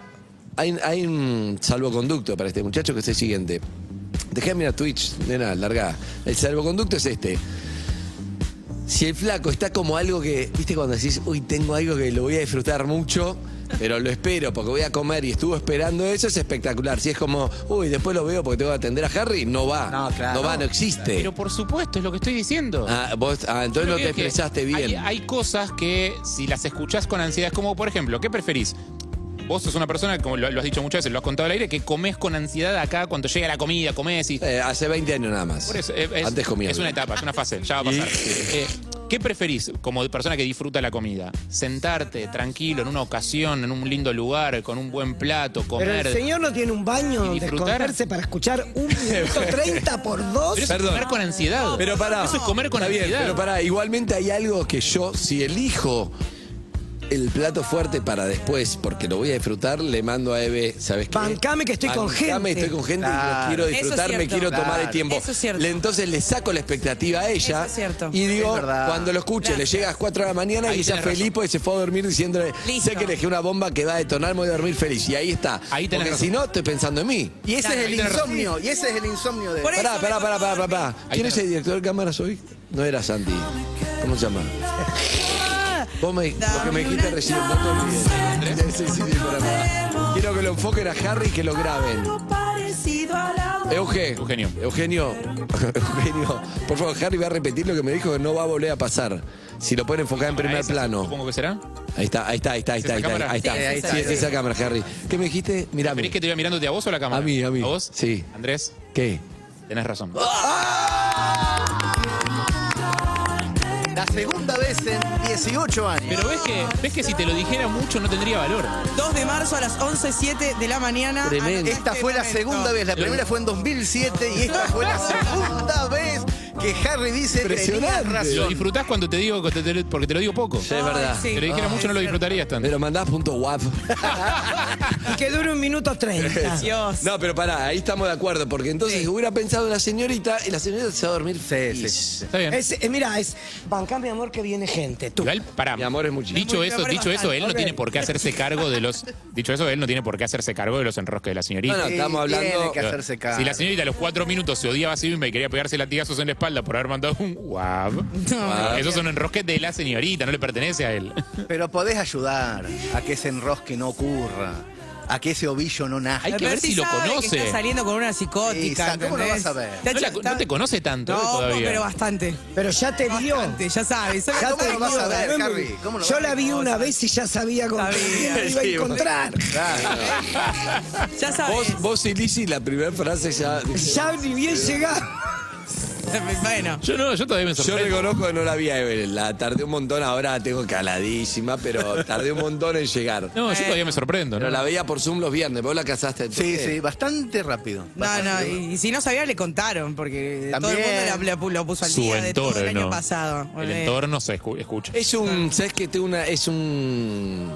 hay, hay un salvoconducto para este muchacho que es el siguiente. Dejá de mirar Twitch, nena, largá. El salvoconducto es este. Si el flaco está como algo que, viste, cuando decís, uy, tengo algo que lo voy a disfrutar mucho, pero lo espero porque voy a comer y estuvo esperando eso, es espectacular. Si es como, uy, después lo veo porque tengo que atender a Harry, no va. No, No, claro. va, no existe. Pero por supuesto, es lo que estoy diciendo. Ah, vos, ah, entonces Yo no creo te que expresaste Hay, bien. hay cosas que si las escuchás con ansiedad, es como por ejemplo, ¿qué preferís? Vos sos una persona, como lo, lo has dicho muchas veces, lo has contado al aire, que comés con ansiedad acá cuando llega la comida, comés y... Eh, hace 20 años nada más. Por eso, eh, es, Antes comía. es una etapa, es una fase, ya va a pasar. Eh, ¿Qué preferís como persona que disfruta la comida? ¿Sentarte tranquilo en una ocasión, en un lindo lugar, con un buen plato, Pero el comer? señor no tiene un baño ¿Y donde disfrutar? esconderse para escuchar un minuto treinta por dos. Pero eso Perdón. es comer con ansiedad. Pero pará. Eso es comer con Está bien, ansiedad. pero pará, igualmente hay algo que yo, si elijo el plato fuerte para después, porque lo voy a disfrutar, le mando a Eve, ¿sabes qué? Bancame que estoy con Bancame, gente. estoy con gente y lo Claro. quiero Eso es disfrutar, me cierto. quiero tomar el Claro. tiempo. Eso es cierto. Le- entonces le saco la expectativa a ella. Eso es cierto. Y Es digo, verdad. cuando lo escuche, le llega a las 4 de la mañana Ahí y ya tenés razón. feliz porque se fue a dormir diciéndole, Listo. sé que elegí una bomba que va a detonar, me voy a dormir feliz. Y ahí está. Ahí tenés porque razón. si no, estoy pensando en mí. Y ese Claro, es el ahí tenés razón. insomnio. Y ese es el insomnio de. Por eso Pará, me pará, tocó pará, pará, pará, pará. Ahí ¿Quién es tenés. el director de cámaras hoy? No era Santi. ¿Cómo se llama? Vos me, lo que me dijiste recién, no te olvides. Sí, sí, sí, sí, pará, pará. Quiero que lo enfoquen a Harry y que lo graben. Parecido a la Euge. Eugenio. Eugenio. Eugenio. Por favor, Harry va a repetir lo que me dijo que no va a volver a pasar. Si lo pueden enfocar en primer Esa, plano. Supongo que será. Ahí está, ahí está, ahí está, ahí está. Ahí ¿Es esa está, cámara? ahí está. Sí, ahí está. Sí, es esa cámara, Harry. ¿Qué me dijiste? Mirá. ¿Querés que te vaya mirándote a vos o a la cámara? A mí, a mí. ¿A vos? Sí. Andrés, ¿Qué? tenés razón. Ah. La segunda vez en 18 años. Pero ves que, ves que si te lo dijera mucho no tendría valor. 2 de marzo a las 11.07 de la mañana. Tremendo. Anoté Esta fue la momento. segunda vez, la primera fue en 2007 y esta fue la segunda vez que Harry dice tenía Impresionante. Lo razón. disfrutás cuando te digo, te- te- porque te lo digo poco. es verdad. sí. Te lo dijera mucho no lo disfrutarías Ah, tanto. Pero mandás punto WAP. Y que dure un minuto treinta. Dios. No, pero pará, ahí estamos de acuerdo, porque entonces hubiera pensado la señorita y la señorita se va a dormir. Sí, sí, feliz. sí. Está bien. Es, eh, mira, es bancá mi amor que viene gente. Tú. Igual, para. Mi amor es muchísimo. Dicho Muy eso, amor es dicho eso, él no Ok. tiene por qué hacerse cargo de los. Dicho eso, él no tiene por qué hacerse cargo de los enrosques de la No, no, señorita. estamos Tiene hablando. que hacerse cargo. Si la señorita a los cuatro minutos se odiaba a sí misma y quería pegarse latigazos en la espalda por haber mandado un guau. Ah, Esos son enrosques de la señorita, no le pertenece a él. Pero podés ayudar a que ese enrosque no ocurra, a que ese ovillo no nazca. Hay que Pero ver sí si lo sabe que conoce. está saliendo con una Sí, psicótica. sa- ¿cómo lo ¿entendés? vas a ver? Te ha No, la- hecho- no te conoce tanto No, todavía. pero bastante. Pero ya te vio. Bastante, ya sabes. sabe Ya cómo te lo es vas a Dios. ¿eh? ver, Harry. ¿Cómo lo Yo vas a la ver? vi una vez y ya sabía con Sabía. quién me iba a Sí, vos- encontrar. Claro. Ya sabes. Vos, vos y Lizzy, la primera frase ya. Ya ni bien llegado. Bueno. Yo no, yo todavía me Yo sorprendo. reconozco que no la vi a Evelyn, la tardé un montón, ahora la tengo caladísima, pero tardé un montón en llegar. No, yo todavía me sorprendo. eh, Pero ¿no? la veía por Zoom los viernes, vos la casaste. Sí, entonces. sí, bastante rápido. No, Bastante no, rápido. y, y si no sabía le contaron, porque todo el También. mundo la- la pu- lo puso al Su día de todo entorno. el año pasado. El Olé. entorno se escu- escucha. Es un, ¿sabes qué? Tengo una, es un,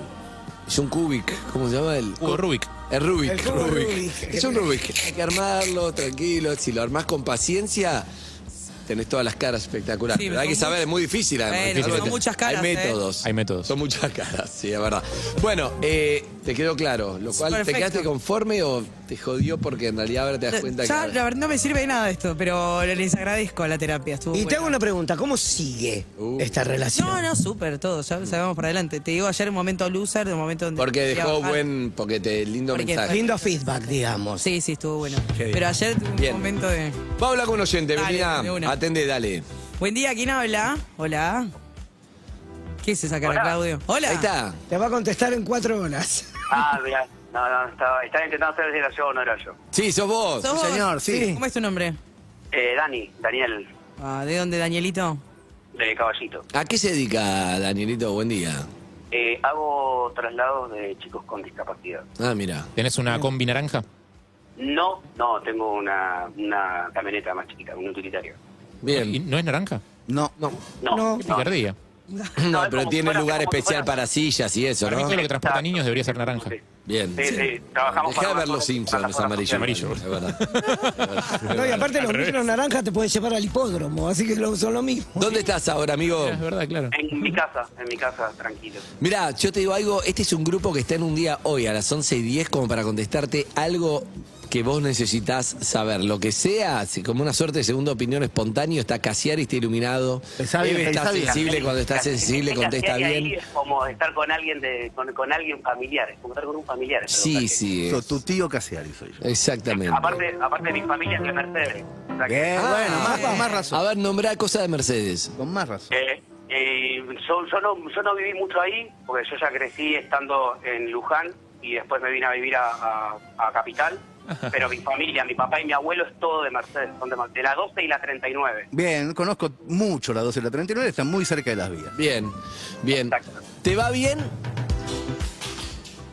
es un cubic, ¿cómo se llama? El, Hugo Rubik. El Rubik. El cubo Rubik. Rubik. Es un Rubik. Hay que armarlo tranquilo. Si lo armás con paciencia, tenés todas las caras espectaculares. Sí, Pero hay son que saber, muchas- es muy difícil además. Bueno, Difícil. son muchas caras, Hay ¿eh? métodos. Hay métodos. Son muchas caras, sí, es verdad. Bueno, eh, te quedó claro. Lo cual, ¿te Perfecto. quedaste conforme o te jodió porque en realidad ahora te das cuenta Ya, que. la verdad, no me sirve de nada esto, pero les agradezco la terapia. Estuvo Y te buena. hago una pregunta, ¿cómo sigue Uh. esta relación? No, no, súper, todo, ya sabemos para adelante. Te digo ayer un momento loser, de un momento donde. Porque quería dejó bajar. buen, porque te lindo Porque mensaje. Lindo feedback, digamos. Sí, sí, estuvo bueno. bien. Pero ayer tuve un Bien. momento de. Vamos a hablar con un oyente, Dale, Melina. de una. Atende, dale. Buen día, ¿quién habla? Hola. ¿Qué es esa cara, Claudio? Hola. Ahí está. Te va a contestar en cuatro horas. Ah, mirá. No, no, estaba, estaba intentando saber si era yo o no era yo. Sí, sos vos. ¿Sos Sí, vos? señor, sí. ¿Cómo es tu nombre? Eh, Dani, Daniel, Ah, ¿De dónde, Danielito? de Caballito. ¿A qué se dedica Danielito? Buen día. Eh, hago traslados de chicos con discapacidad. Ah, mira. ¿Tenés una combi naranja? No, no, tengo una, una camioneta más chiquita, un utilitario. ¿Y Bien. ¿No es naranja? No, no. No, No. no. Qué picardía. No, es pero como tiene si fuera- lugar como si especial fuera- para sillas y eso, Para mí ¿no? todo lo que transporta Exacto. niños debería ser naranja. Sí. Bien. Sí, sí, trabajamos Dejá de para ver una los sola- Simpsons, una los sola amarillos. Amarillo. Es verdad. Es verdad. No, y aparte los Al micros revés. naranjas te pueden llevar al hipódromo, así que lo- son lo mismo. ¿Dónde estás ahora, amigo? Es verdad, claro. En mi casa, en mi casa, tranquilo. Mirá, yo te digo algo. Este es un grupo que está en un día hoy a las 11 y 10 como para contestarte algo que vos necesitas saber. Lo que sea, si- como una suerte de segunda opinión espontáneo, está Casiari, está iluminado. Pensá bien, Eve está pensá bien. sensible, cuando está sensible contesta Casi ahí bien. Es como estar con alguien, de, con, con alguien familiar, es como estar con un familiar. es lo que Sí, hace. sí. So, tu tío Casiari soy yo. Exactamente. Aparte, aparte mi familia es de Mercedes. O sea que- Bien, bueno, más, con más A razón. ver, nombrá cosa de Mercedes. Con más razón. Eh, eh, yo, yo no, yo no viví mucho ahí, porque yo ya crecí estando en Luján y después me vine a vivir a, a- a Capital. Pero mi familia, mi papá y mi abuelo es todo de Mercedes, son de, Mercedes, de la 12 y la 39. Bien, conozco mucho la 12 y la 39, están muy cerca de las vías. Bien, bien. Exacto. ¿Te va bien?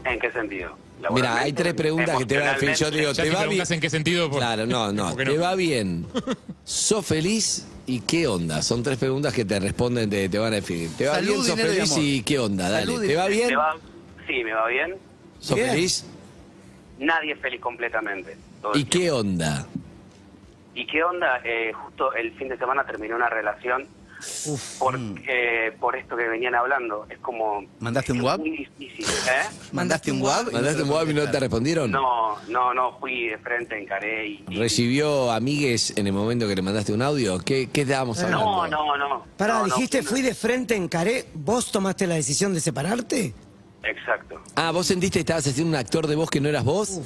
¿En qué sentido? Mira, hay tres preguntas que te va a definir. Yo digo, Ya ¿te si va bien? preguntas en qué sentido. pues, Claro, no, no. ¿por qué ¿Te va bien? ¿Sos feliz? ¿Y qué onda? Son tres preguntas que te responden, te, te van a definir. ¿Te va Salud, bien? ¿Sos dinero y feliz? amor. ¿Y qué onda? Dale. Salud, ¿Te va bien? ¿Me va- sí, me va bien. ¿Sos Bien. feliz? Nadie es feliz completamente. todo el ¿Y qué onda? ¿Y qué onda? Eh, justo el fin de semana terminó una relación por, eh, por esto que venían hablando. Es como... ¿Mandaste un es WhatsApp? Muy difícil, ¿eh? ¿Mandaste un WhatsApp? ¿Mandaste un WhatsApp y no te respondieron? No, no, no, fui de frente, encaré y... y- ¿Recibió amigues en el momento que le mandaste un audio? ¿Qué, qué estábamos hablando? No, no, no. Pará, No, no, dijiste, no. fui de frente, encaré, ¿vos tomaste la decisión de separarte? Exacto. Ah, ¿vos sentiste que estabas haciendo un actor de voz que no eras vos?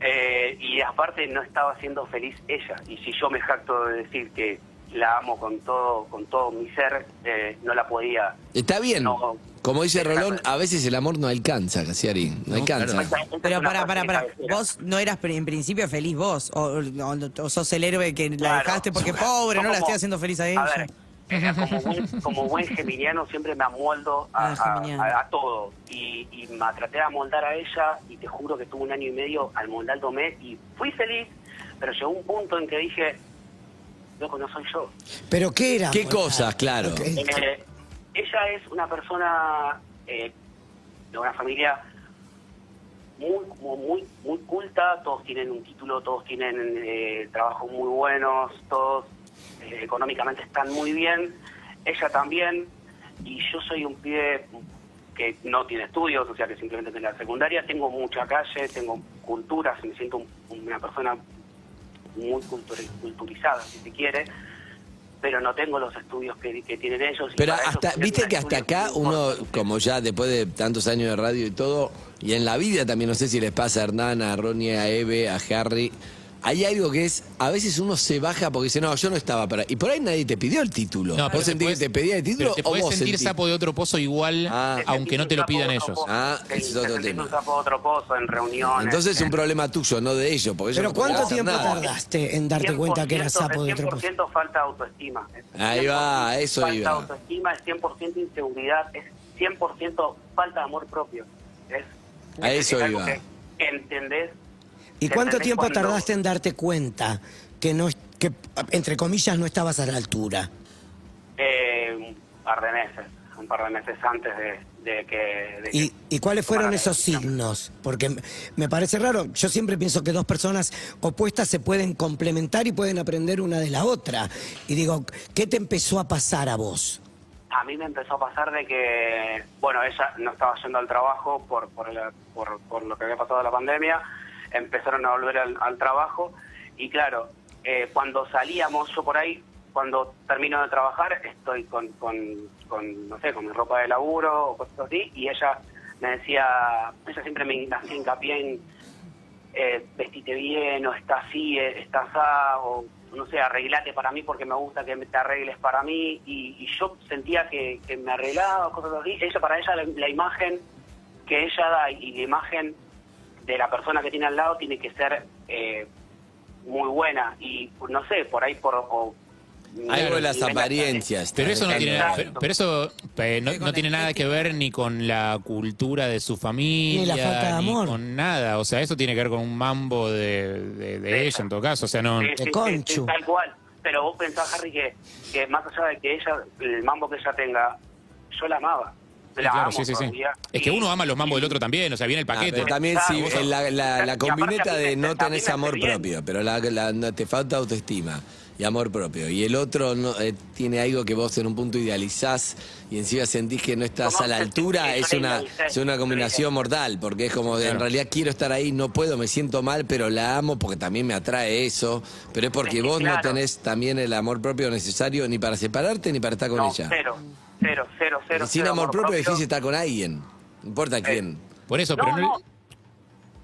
Eh, y aparte no estaba siendo feliz ella. Y si yo me jacto de decir que la amo con todo, con todo mi ser, eh, no la podía. Está bien. No. Como dice Rolón, Exacto. a veces el amor no alcanza, Casiari. No, alcanza. Esta- esta es Pero una para, para, frase para. cabecera. Vos no eras pri- en principio feliz vos. O, o- o sos el héroe que la Claro. dejaste porque pobre, no la Como- estoy haciendo feliz a A ella. ver, era como buen, como buen geminiano siempre me amoldo Ah, a, geminiano. a- a- a todo. Y, y me traté de amoldar a ella y te juro que tuve un año y medio amoldándome y fui feliz, pero llegó un punto en que dije, loco, no soy yo. ¿Pero qué era? ¿Qué Bueno, cosas, claro? ok. Eh, ella es una persona eh, de una familia muy, muy, muy, muy culta, todos tienen un título, todos tienen eh, trabajos muy buenos, todos eh, económicamente están muy bien, ella también, y yo soy un pibe que no tiene estudios, o sea que simplemente tiene la secundaria, tengo mucha calle, tengo culturas, me siento un- una persona muy culturi- culturizada, si se quiere, pero no tengo los estudios que, que tienen ellos. y Pero para ellos hasta, tener viste un que hasta estudio acá es muy uno, importante. como ya después de tantos años de radio y todo, y en la vida también, no sé si les pasa a Hernán, a Ronnie, a Eve, a Harry, hay algo que es, a veces uno se baja porque dice, no, yo no estaba para... Y por ahí nadie te pidió el título. No, pero ¿Vos sentís puedes- que te pedía el título pero te o puedes vos sentir sentís? sapo de otro pozo igual, Ah. aunque no te lo pidan ellos. Ah, Sí, ese es otro te sentís tema. un sapo de otro pozo en reuniones. Entonces es un problema tuyo, no de ellos. Porque ellos ¿Pero no podían cuánto hacer tiempo nada. tardaste en darte cuenta que era sapo de otro Es 100% falta de autoestima. Es Ahí va, 100% eso falta iba. de autoestima, es 100% inseguridad, es 100% falta de amor propio. Es, A es- eso es algo iba. Que, que entendés. ¿Y que cuánto entendés tiempo cuando- tardaste en darte cuenta que no que entre comillas no estabas a la altura? Eh, un par de meses, un par de meses antes de, de que... de ¿Y, que y cuáles fueron tomara la esos decisión. signos? Porque m- me parece raro, yo siempre pienso que dos personas opuestas se pueden complementar y pueden aprender una de la otra. Y digo, ¿qué te empezó a pasar a vos? A mí me empezó a pasar de que, bueno, ella no estaba yendo al trabajo por, por, la- por, por lo que había pasado la pandemia, empezaron a volver al, al trabajo y claro, eh, cuando salíamos yo por ahí, cuando termino de trabajar, estoy con, con, con, no sé, con mi ropa de laburo o cosas así y ella me decía, ella siempre me hacía hincapié en eh, vestite bien, o está así, eh, está asá, o no sé, arreglate para mí porque me gusta que me- te arregles para mí. Y, y yo sentía que, que me arreglaba, cosas así. Ella, para ella, la, la imagen que ella da y la imagen de la persona que tiene al lado tiene que ser eh, muy buena. Y no sé, por ahí, por. o- Algo de las inventan- apariencias. Pero eso no Exacto. tiene, Exacto. pero- pero eso eh, no, Sí, con no la tiene nada que estética. ver ni con la cultura de su familia, Ni la falta de amor. con nada. O sea, eso tiene que ver con un mambo de, de- de ella en todo caso. O sea, no. Eh, Sí, sí, sí, conchu. sí, tal cual. Pero vos pensás, Harry, que, que más allá de que ella, el mambo que ella tenga, yo la amaba. Sí, La claro, amo sí, sí, sí. todavía. Es que Y- uno ama los mambos del otro también, o sea, viene el Ah, paquete. pero también si Claro, la, la, la y combineta aparte a mí de me- no a mí tenés me hace amor bien. propio, pero la, la- no, te falta autoestima y amor propio. Y el otro no, eh, tiene algo que vos en un punto idealizás y encima sentís que no estás Como a la que- altura. que Es yo una, idealicé, es una yo combinación idealicé. mortal, porque es como en Claro. realidad quiero estar ahí, no puedo, me siento mal, pero la amo porque también me atrae eso. Pero es porque Es que vos no claro. tenés también el amor propio necesario ni para separarte ni para estar con no, ella. Cero, cero, cero, cero. Y sin cero amor, propio, es difícil estar con alguien, no importa quién. Por eso, pero No, no, no.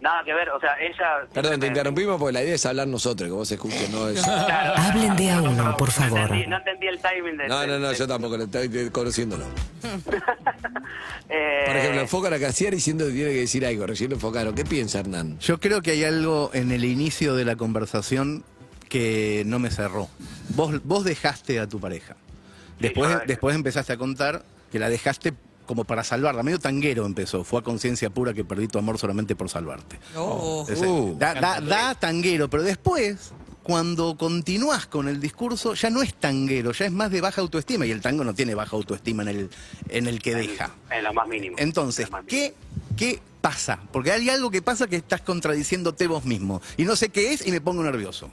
Nada que ver, o sea, ella... Perdón, te eh, interrumpimos porque la idea es hablar nosotros, que vos escuches, no es... claro. Hablen de a uno, por No favor. entendí, no entendí el timing de... este, No, no, no, de- yo tampoco, lo estoy conociéndolo. eh, Por ejemplo, enfocan a Casiar y siento que tiene que decir algo, recién lo enfocaron. ¿Qué piensa Hernán? Yo creo que hay algo en el inicio de la conversación que no me cerró. Vos, vos dejaste a tu pareja. Después, yo la dejé. después empezaste a contar que la dejaste como para salvarla. Medio tanguero empezó. Fue a conciencia pura que perdí tu amor solamente por salvarte. No. Ese- Uh. da, da- da tanguero, pero después, cuando continúas con el discurso, ya no es tanguero, ya es más de baja autoestima. Y el tango no tiene baja autoestima en el, en el que deja. En lo más mínimo. En Entonces, lo más mínimo. ¿qué, ¿qué pasa? Porque hay algo que pasa que estás contradiciéndote vos mismo. Y no sé qué es y me pongo nervioso.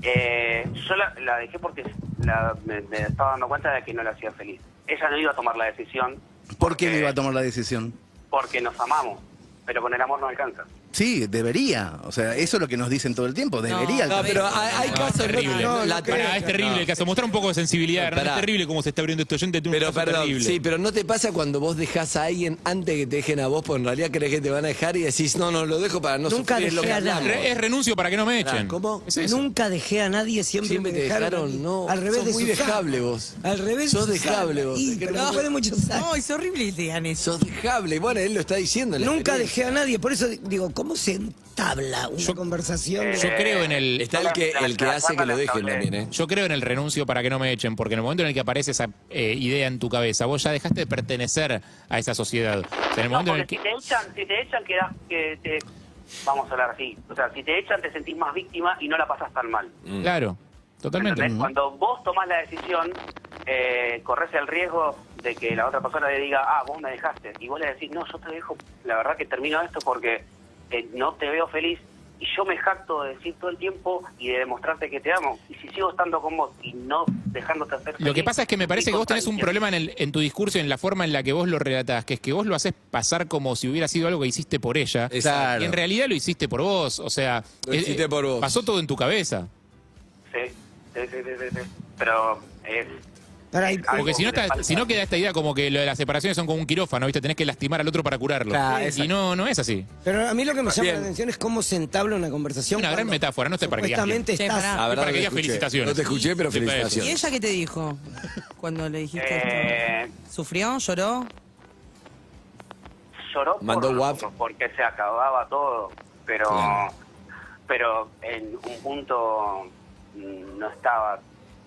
Eh, yo la, la dejé porque la- me, me estaba dando cuenta de que no la hacía feliz. Ella no iba a tomar la decisión. ¿Por qué me iba a tomar la decisión? Porque nos amamos, pero con el amor no alcanza. Sí, debería. O sea, eso es lo que nos dicen todo el tiempo. Debería. el No, pero ah, campeonato. hay, hay No, casos. es terrible. no, no, la- Pará, es terrible el caso. Mostrar un poco de sensibilidad. Hernán. Pará. Es terrible cómo se está abriendo este oyente. tiene un Pero caso perdón, terrible. sí, pero no te pasa cuando vos dejás a alguien antes que te dejen a vos, porque en realidad crees que te van a dejar y decís, no, no, lo dejo para no Nunca sufrir es lo dejé que a nadie. hablamos. Re- es renuncio para que no me Pará, echen. ¿Cómo? Es eso. Nunca dejé a nadie, siempre, Siempre me te dejaron. dejaron, a mí. no. Al revés Sos de muy Susana. dejable vos. Al revés Sos de Susana. dejable vos. Y, Es que pero no después de muchos años. No, es horrible que te digan eso. Sos dejable. Bueno, él lo está diciendo. en la Nunca experiencia. dejé a nadie, por eso di- digo, ¿cómo se entabla una conversación? Eh, Yo creo en el. Está el que, el que La- la- hace que lo la- dejen la- también, ¿eh? Yo creo en el renuncio para que no me echen, porque en el momento en el que aparece esa eh, idea en tu cabeza, vos ya dejaste de pertenecer a esa sociedad. O sea, en el No, momento en porque el que. si te echan, si te echan, quedás que te... Vamos a hablar así. O sea, si te echan, te sentís más víctima y no la pasás tan mal. Mm. Claro, totalmente. ¿Entendés? Cuando vos tomás la decisión, eh, corres el riesgo de que la otra persona le diga, ah, vos me dejaste. Y vos le decís, no, yo te dejo, la verdad que termino esto porque eh, no te veo feliz. Y yo me jacto de decir todo el tiempo y de demostrarte que te amo. Y si sigo estando con vos y no dejándote hacer Mm. Lo que feliz, pasa es que me parece mi que vos tenés un constancia. problema en, el- en tu discurso y en la forma en la que vos lo relatás, que es que vos lo haces pasar como si hubiera sido algo que hiciste por ella. Exacto. Y en realidad lo hiciste por vos, o sea, eh, Lo hiciste por vos. pasó todo en tu cabeza. Sí, sí, sí, sí, sí, sí. Pero es... Pará, y- Algo Porque si no, que le está- falta. si no queda esta idea como que lo de las separaciones son como un quirófano, ¿viste? Tenés que lastimar al otro para curarlo. Claro, y exacto. no, no es así. pero a mí lo que me llama Bien. la atención es cómo se entabla una conversación. Una gran cuando metáfora, no sé para qué Supuestamente alguien- estás... Sí, pará. La verdad no Para que te digas escuché. felicitaciones. No te escuché, pero Sí, para eso. ¿Y felicitaciones. ella qué te dijo cuando le dijiste Eh, esto? ¿Sufrió? ¿Lloró? lloró por Mandó guap. nosotros, porque se acababa todo, pero pero en un punto mm, no estaba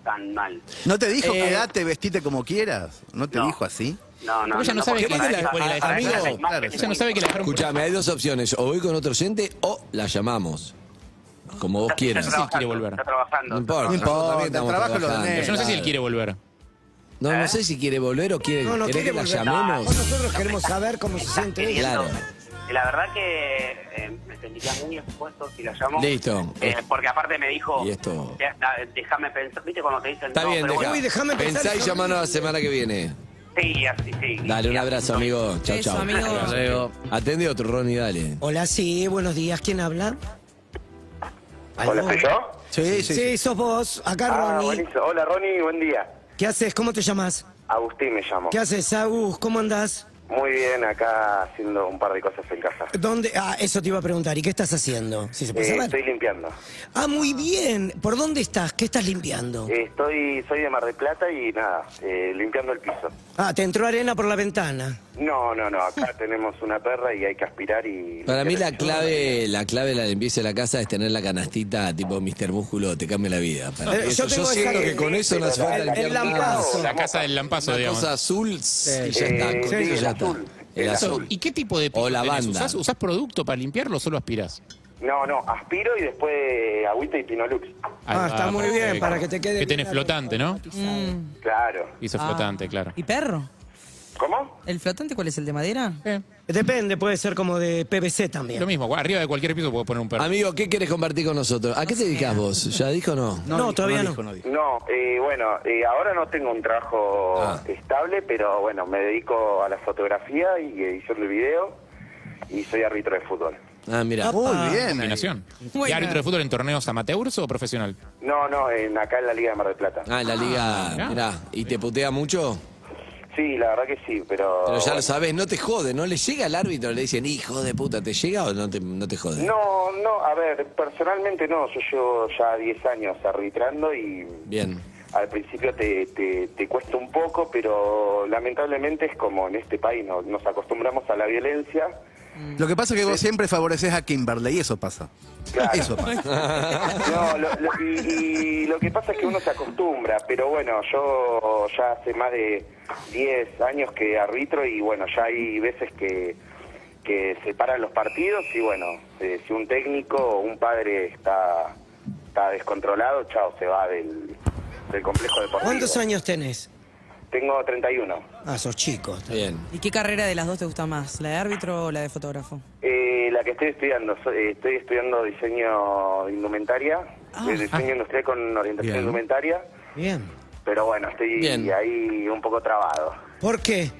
tan mal. ¿No te dijo Eh, quedate, vestite como quieras? ¿No te No. dijo así? No, no, Pero ella no no, sabe porque que para la- ella- porque la- para amigo, ella la imagen claro, es Ella no muy sabe que la dejaron por- Escuchame, hay dos opciones. O voy con otro oyente o la llamamos. Como vos Está- quieras. Está No sé si quiere trabajando, volver. Está trabajando. No importa. No importa, nosotros también el estamos trabajo es lo de trabajando. menos. Yo no sé si él quiere volver. No, no sé si quiere volver o quiere. No, no ¿querés quiere que la volver. llamemos? O Nosotros queremos saber cómo se Está siente ella. queriendo- Claro. La verdad que eh, me sentiría muy expuesto si la llamo. Listo. Eh, porque aparte me dijo, Y esto- "Ya está, déjame pensar, ¿viste cuando te dicen Está no, bien, pero deja. bueno, Uy, déjame pensar, Pensá y déjame- llamanos la semana que viene. sí, así, sí. Dale, un Y así abrazo, no- amigo. Chao, Beso, chao. amigo. Atende otro, Ronnie, dale. Hola, sí, buenos días. ¿Quién habla? Hola, ¿Aló? ¿soy yo? Sí, sí, sos vos. Acá, Ah, Ah, Ronnie. buenísimo. Hola, Ronnie, buen día. ¿Qué haces? ¿Cómo te llamas? Agustín me llamo. ¿Qué haces, Agus? ¿Cómo andás? Muy bien, acá haciendo un par de cosas en casa. ¿Dónde? Ah, eso te iba a preguntar. ¿Y qué estás haciendo? Si se puede Eh, saber. estoy limpiando. Ah, muy bien. ¿Por dónde estás? ¿Qué estás limpiando? Eh, Estoy, soy de Mar del Plata y nada, eh, limpiando el piso. Ah, te entró arena por la ventana. No, no, no, acá tenemos una perra y hay que aspirar y... Para mí limpiar la el piso. clave, la clave de la limpieza de la casa es tener la canastita tipo Mr. Músculo, te cambia la vida. Para Eh, eso, yo tengo esa- siento que con eso no hace pero falta la- limpiar el nada. lampazo. La casa del lampazo, Una digamos. cosa azul y ya Eh, está. con sí, eso el ya está. azul, El el azul. azul. ¿Y qué tipo de O piso tenés? lavanda. ¿Usás, usás producto para limpiarlo o solo aspirás? No, no, aspiro y después eh, agüita y pinolux. Ahí Ah, va, está muy bien, perfecto. para que te quede eh, Que bien tenés flotante, ¿no? Claro. Hizo Ah. flotante, claro. Mm, ¿Y perro? ¿Cómo? ¿El flotante cuál es? ¿El de madera? Eh, Depende, puede ser como de PVC también. lo mismo, arriba de cualquier piso puedes poner un perro. Amigo, ¿qué quieres compartir con nosotros? ¿A qué te dedicas vos? ¿Ya dijo o no? No, todavía no. dijo, no dijo. No, eh, bueno, eh, ahora no tengo un trabajo Ah. estable, pero bueno, me dedico a la fotografía y edición de video y soy árbitro de fútbol. Ah, mira. Muy bien. eh. ahí. Combinación. ¿Y Bueno. árbitro de fútbol en torneos amateurs o profesional? No, no, en, acá en la Liga de Mar del Plata. Ah, en la liga. mirá. Mirá. ¿Y te putea mucho? Sí, la verdad que sí, pero... Pero ya lo sabes, no te jode, no le llega al árbitro, le dicen, hijo de puta, ¿te llega o no te, no te jode? No, no, a ver, personalmente no, yo llevo ya 10 años arbitrando y Bien. al principio te, te, te cuesta un poco, pero lamentablemente es como en este país, no- nos acostumbramos a la violencia. Lo que pasa es que vos siempre favoreces a Kimberley y eso pasa. Claro. Eso pasa. No, lo- lo- y, y lo que pasa es que uno se acostumbra, pero bueno, yo ya hace más de 10 años que arbitro y bueno, ya hay veces que, que se paran los partidos y bueno, eh, si un técnico o un padre está, está descontrolado, chao, se va del, del complejo deportivo. ¿Cuántos años tenés? Tengo 31. Ah, sos chico. Bien. ¿Y qué carrera de las dos te gusta más? ¿La de árbitro o la de fotógrafo? Eh, la que estoy estudiando, so- eh, estoy estudiando diseño de indumentaria, eh, diseño industrial con orientación Bien. indumentaria. Bien. Pero bueno, estoy Bien. ahí un poco trabado. ¿Por qué?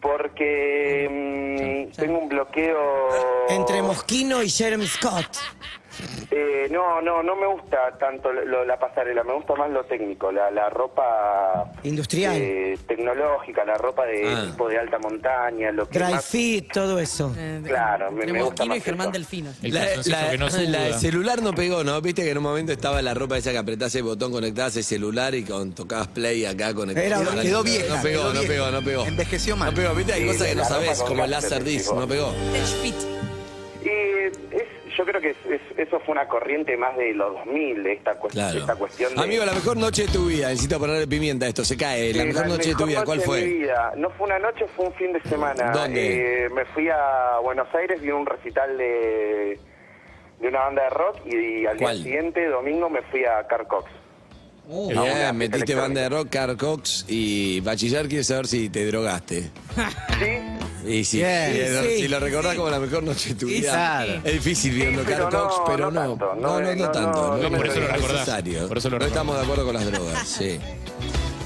porque mm, tengo un bloqueo... Entre Mosquino y Jeremy Scott. Eh, no, no, no me gusta tanto lo- lo- la pasarela, me gusta más lo técnico, la, la ropa Industrial. eh, tecnológica, la ropa de Ah. tipo de alta montaña, lo que Dry más- fit, todo eso. Eh, Claro, me- entre me gusta Mosquino y más Germán eso. Delfino. El La, calzoncillo la- que no suda. la de celular no pegó, ¿no? Viste que en un momento estaba la ropa esa que apretás el botón, conectabas el celular y con, tocabas play acá conectabas. Era- Ahora quedó no- vieja, No pegó, quedó no vieja. pegó, no pegó. Envejeció No mal. pegó, viste, hay Sí, cosas que no la ropa sabés, con como el láser, láser disc, tipo. no pegó. Tech Fit. Y es- yo creo que es- es- eso fue una corriente más de los 2000, de esta, cuest- Claro. esta cuestión de... Amigo, la mejor noche de tu vida, necesito ponerle pimienta a esto, se cae. La Sí, mejor noche de tu mejor vida, ¿cuál noche de mi fue? vida. No fue una noche, fue un fin de semana. ¿Dónde? Eh, me fui a Buenos Aires, vi un recital de, de una banda de rock y, al ¿Cuál? día siguiente, domingo, me fui a Carcox. Bien, una metiste fiesta banda de rock, Carl Cox y Bachiller, quiere saber si te drogaste. Sí, Y sí, Bien. y es- Sí, si lo recordás como la mejor noche de tu Sí, vida. sí. Es difícil viendo Sí, Carl pero Cox, no, pero no no. tanto, No, no, no, no, no tanto. no, no, por eso lo es recordás, necesario. por eso lo no recordás. estamos de acuerdo con las drogas, sí.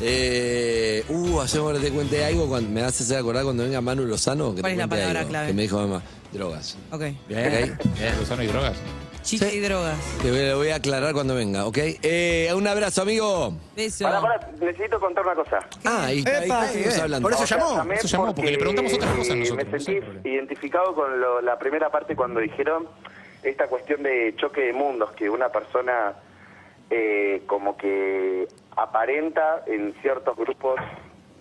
Eh, uh, hacemos ahora te cuente algo. Cuando, me vas a hacer acordar cuando venga Manu Lozano. Que te ¿Cuál es la cuente palabra algo, clave? Que me dijo mamá, drogas. Ok. Bien. Lozano Eh, y drogas. Chicha y drogas. Te voy, lo voy a aclarar cuando venga, ¿ok? Eh, un abrazo, amigo. Beso. Pará, pará, necesito contar una cosa. Ah, ahí, ahí Epa, estamos bien. hablando. Por eso sea, llamó. llamé Eso llamó, porque le preguntamos otras cosas eh, nosotros, Me no sé, sentí problema. identificado con lo- la primera parte cuando dijeron esta cuestión de choque de mundos, que una persona eh, como que aparenta en ciertos grupos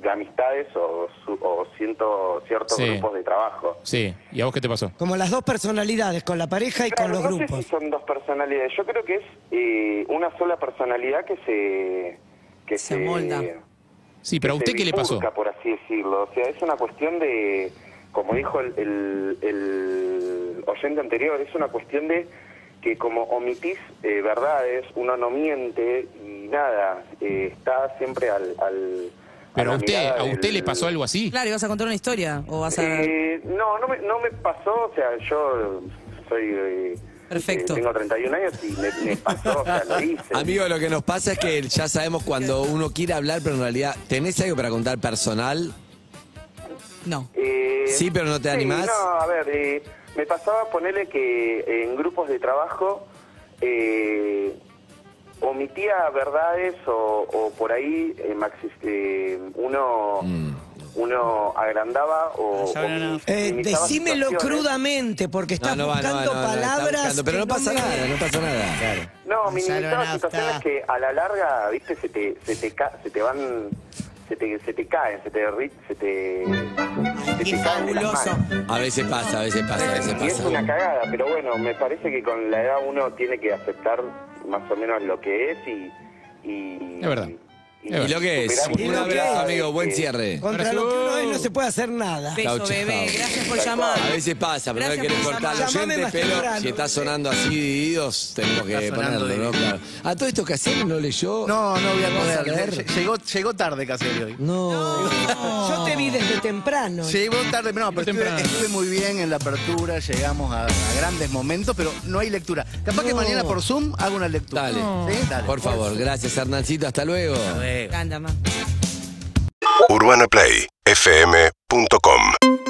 de amistades o, su- o ciento- ciertos Sí. grupos de trabajo. Sí. ¿Y a vos qué te pasó? Como las dos personalidades, con la pareja y con Claro, los no grupos. sé si son dos personalidades. Yo creo que es eh, una sola personalidad que se... Que Se amolda. Sí, pero a se usted qué le pasó. bifurca, por así decirlo. O sea, es una cuestión de, como dijo el, el- el oyente anterior, es una cuestión de que como omitís eh, verdades, uno no miente y nada, eh, está siempre al... al- Pero la a usted, mirada a usted del- le pasó algo así. Claro, ¿y vas a contar una historia? ¿O vas a.? Eh, no, no me, no me pasó, o sea, yo soy... eh, Perfecto. eh, tengo 31 años y me, me pasó, o sea, lo hice. Amigo, lo que nos pasa es que ya sabemos cuando uno quiere hablar, pero en realidad, ¿tenés algo para contar personal? No. Eh, Sí, pero no te sí, animás. No, a ver, eh, me pasaba ponerle que en grupos de trabajo eh, omitía verdades o, o por ahí eh, maxi- eh, uno Mm. uno agrandaba o Ah, ya verán. minimizaba Eh, decímelo situaciones. crudamente, porque estás no, va, no, va, no, buscando no, está palabras. buscando, pero que no pasa me- nada, no pasa nada. No, minimizaba Aeronauta. situaciones que a la larga, viste, se te, se te, ca- se te van, se te, se te caen, se te, derri- se te, se Qué te caen de las fabuloso. manos. A veces pasa, a veces pasa, a veces Y es pasa. una cagada, pero bueno, me parece que con la edad uno tiene que aceptar más o menos lo que es y... y Es verdad. y- Es verdad. ¿Y lo que es? superar- Un lo que abrazo, es. amigo, buen Eh, cierre. Contra lo que uno es no se puede hacer nada. Beso, chao. bebé. Gracias por llamar. A veces pasa, pero no Gracias querés por cortar llamar. los Llamame oyentes, más pero temprano. si está sonando así divididos, tenemos que Está sonando ponerlo, ¿no? dividido. Claro. A todo esto que hacemos no leyó. No, no voy a ¿Vas a leer? poder. Lle- Llegó, llegó tarde casi hoy. No. Yo te vi desde temprano. Llegó tarde, no, pero estuve, temprano. estuve muy bien en la apertura, llegamos a, a grandes momentos, pero no hay lectura. Capaz que mañana por Zoom hago una lectura. Dale. ¿Sí? pues. Dale. Por favor, gracias Hernancito, hasta luego. Luego. Anda, ma. UrbanaPlayFM.com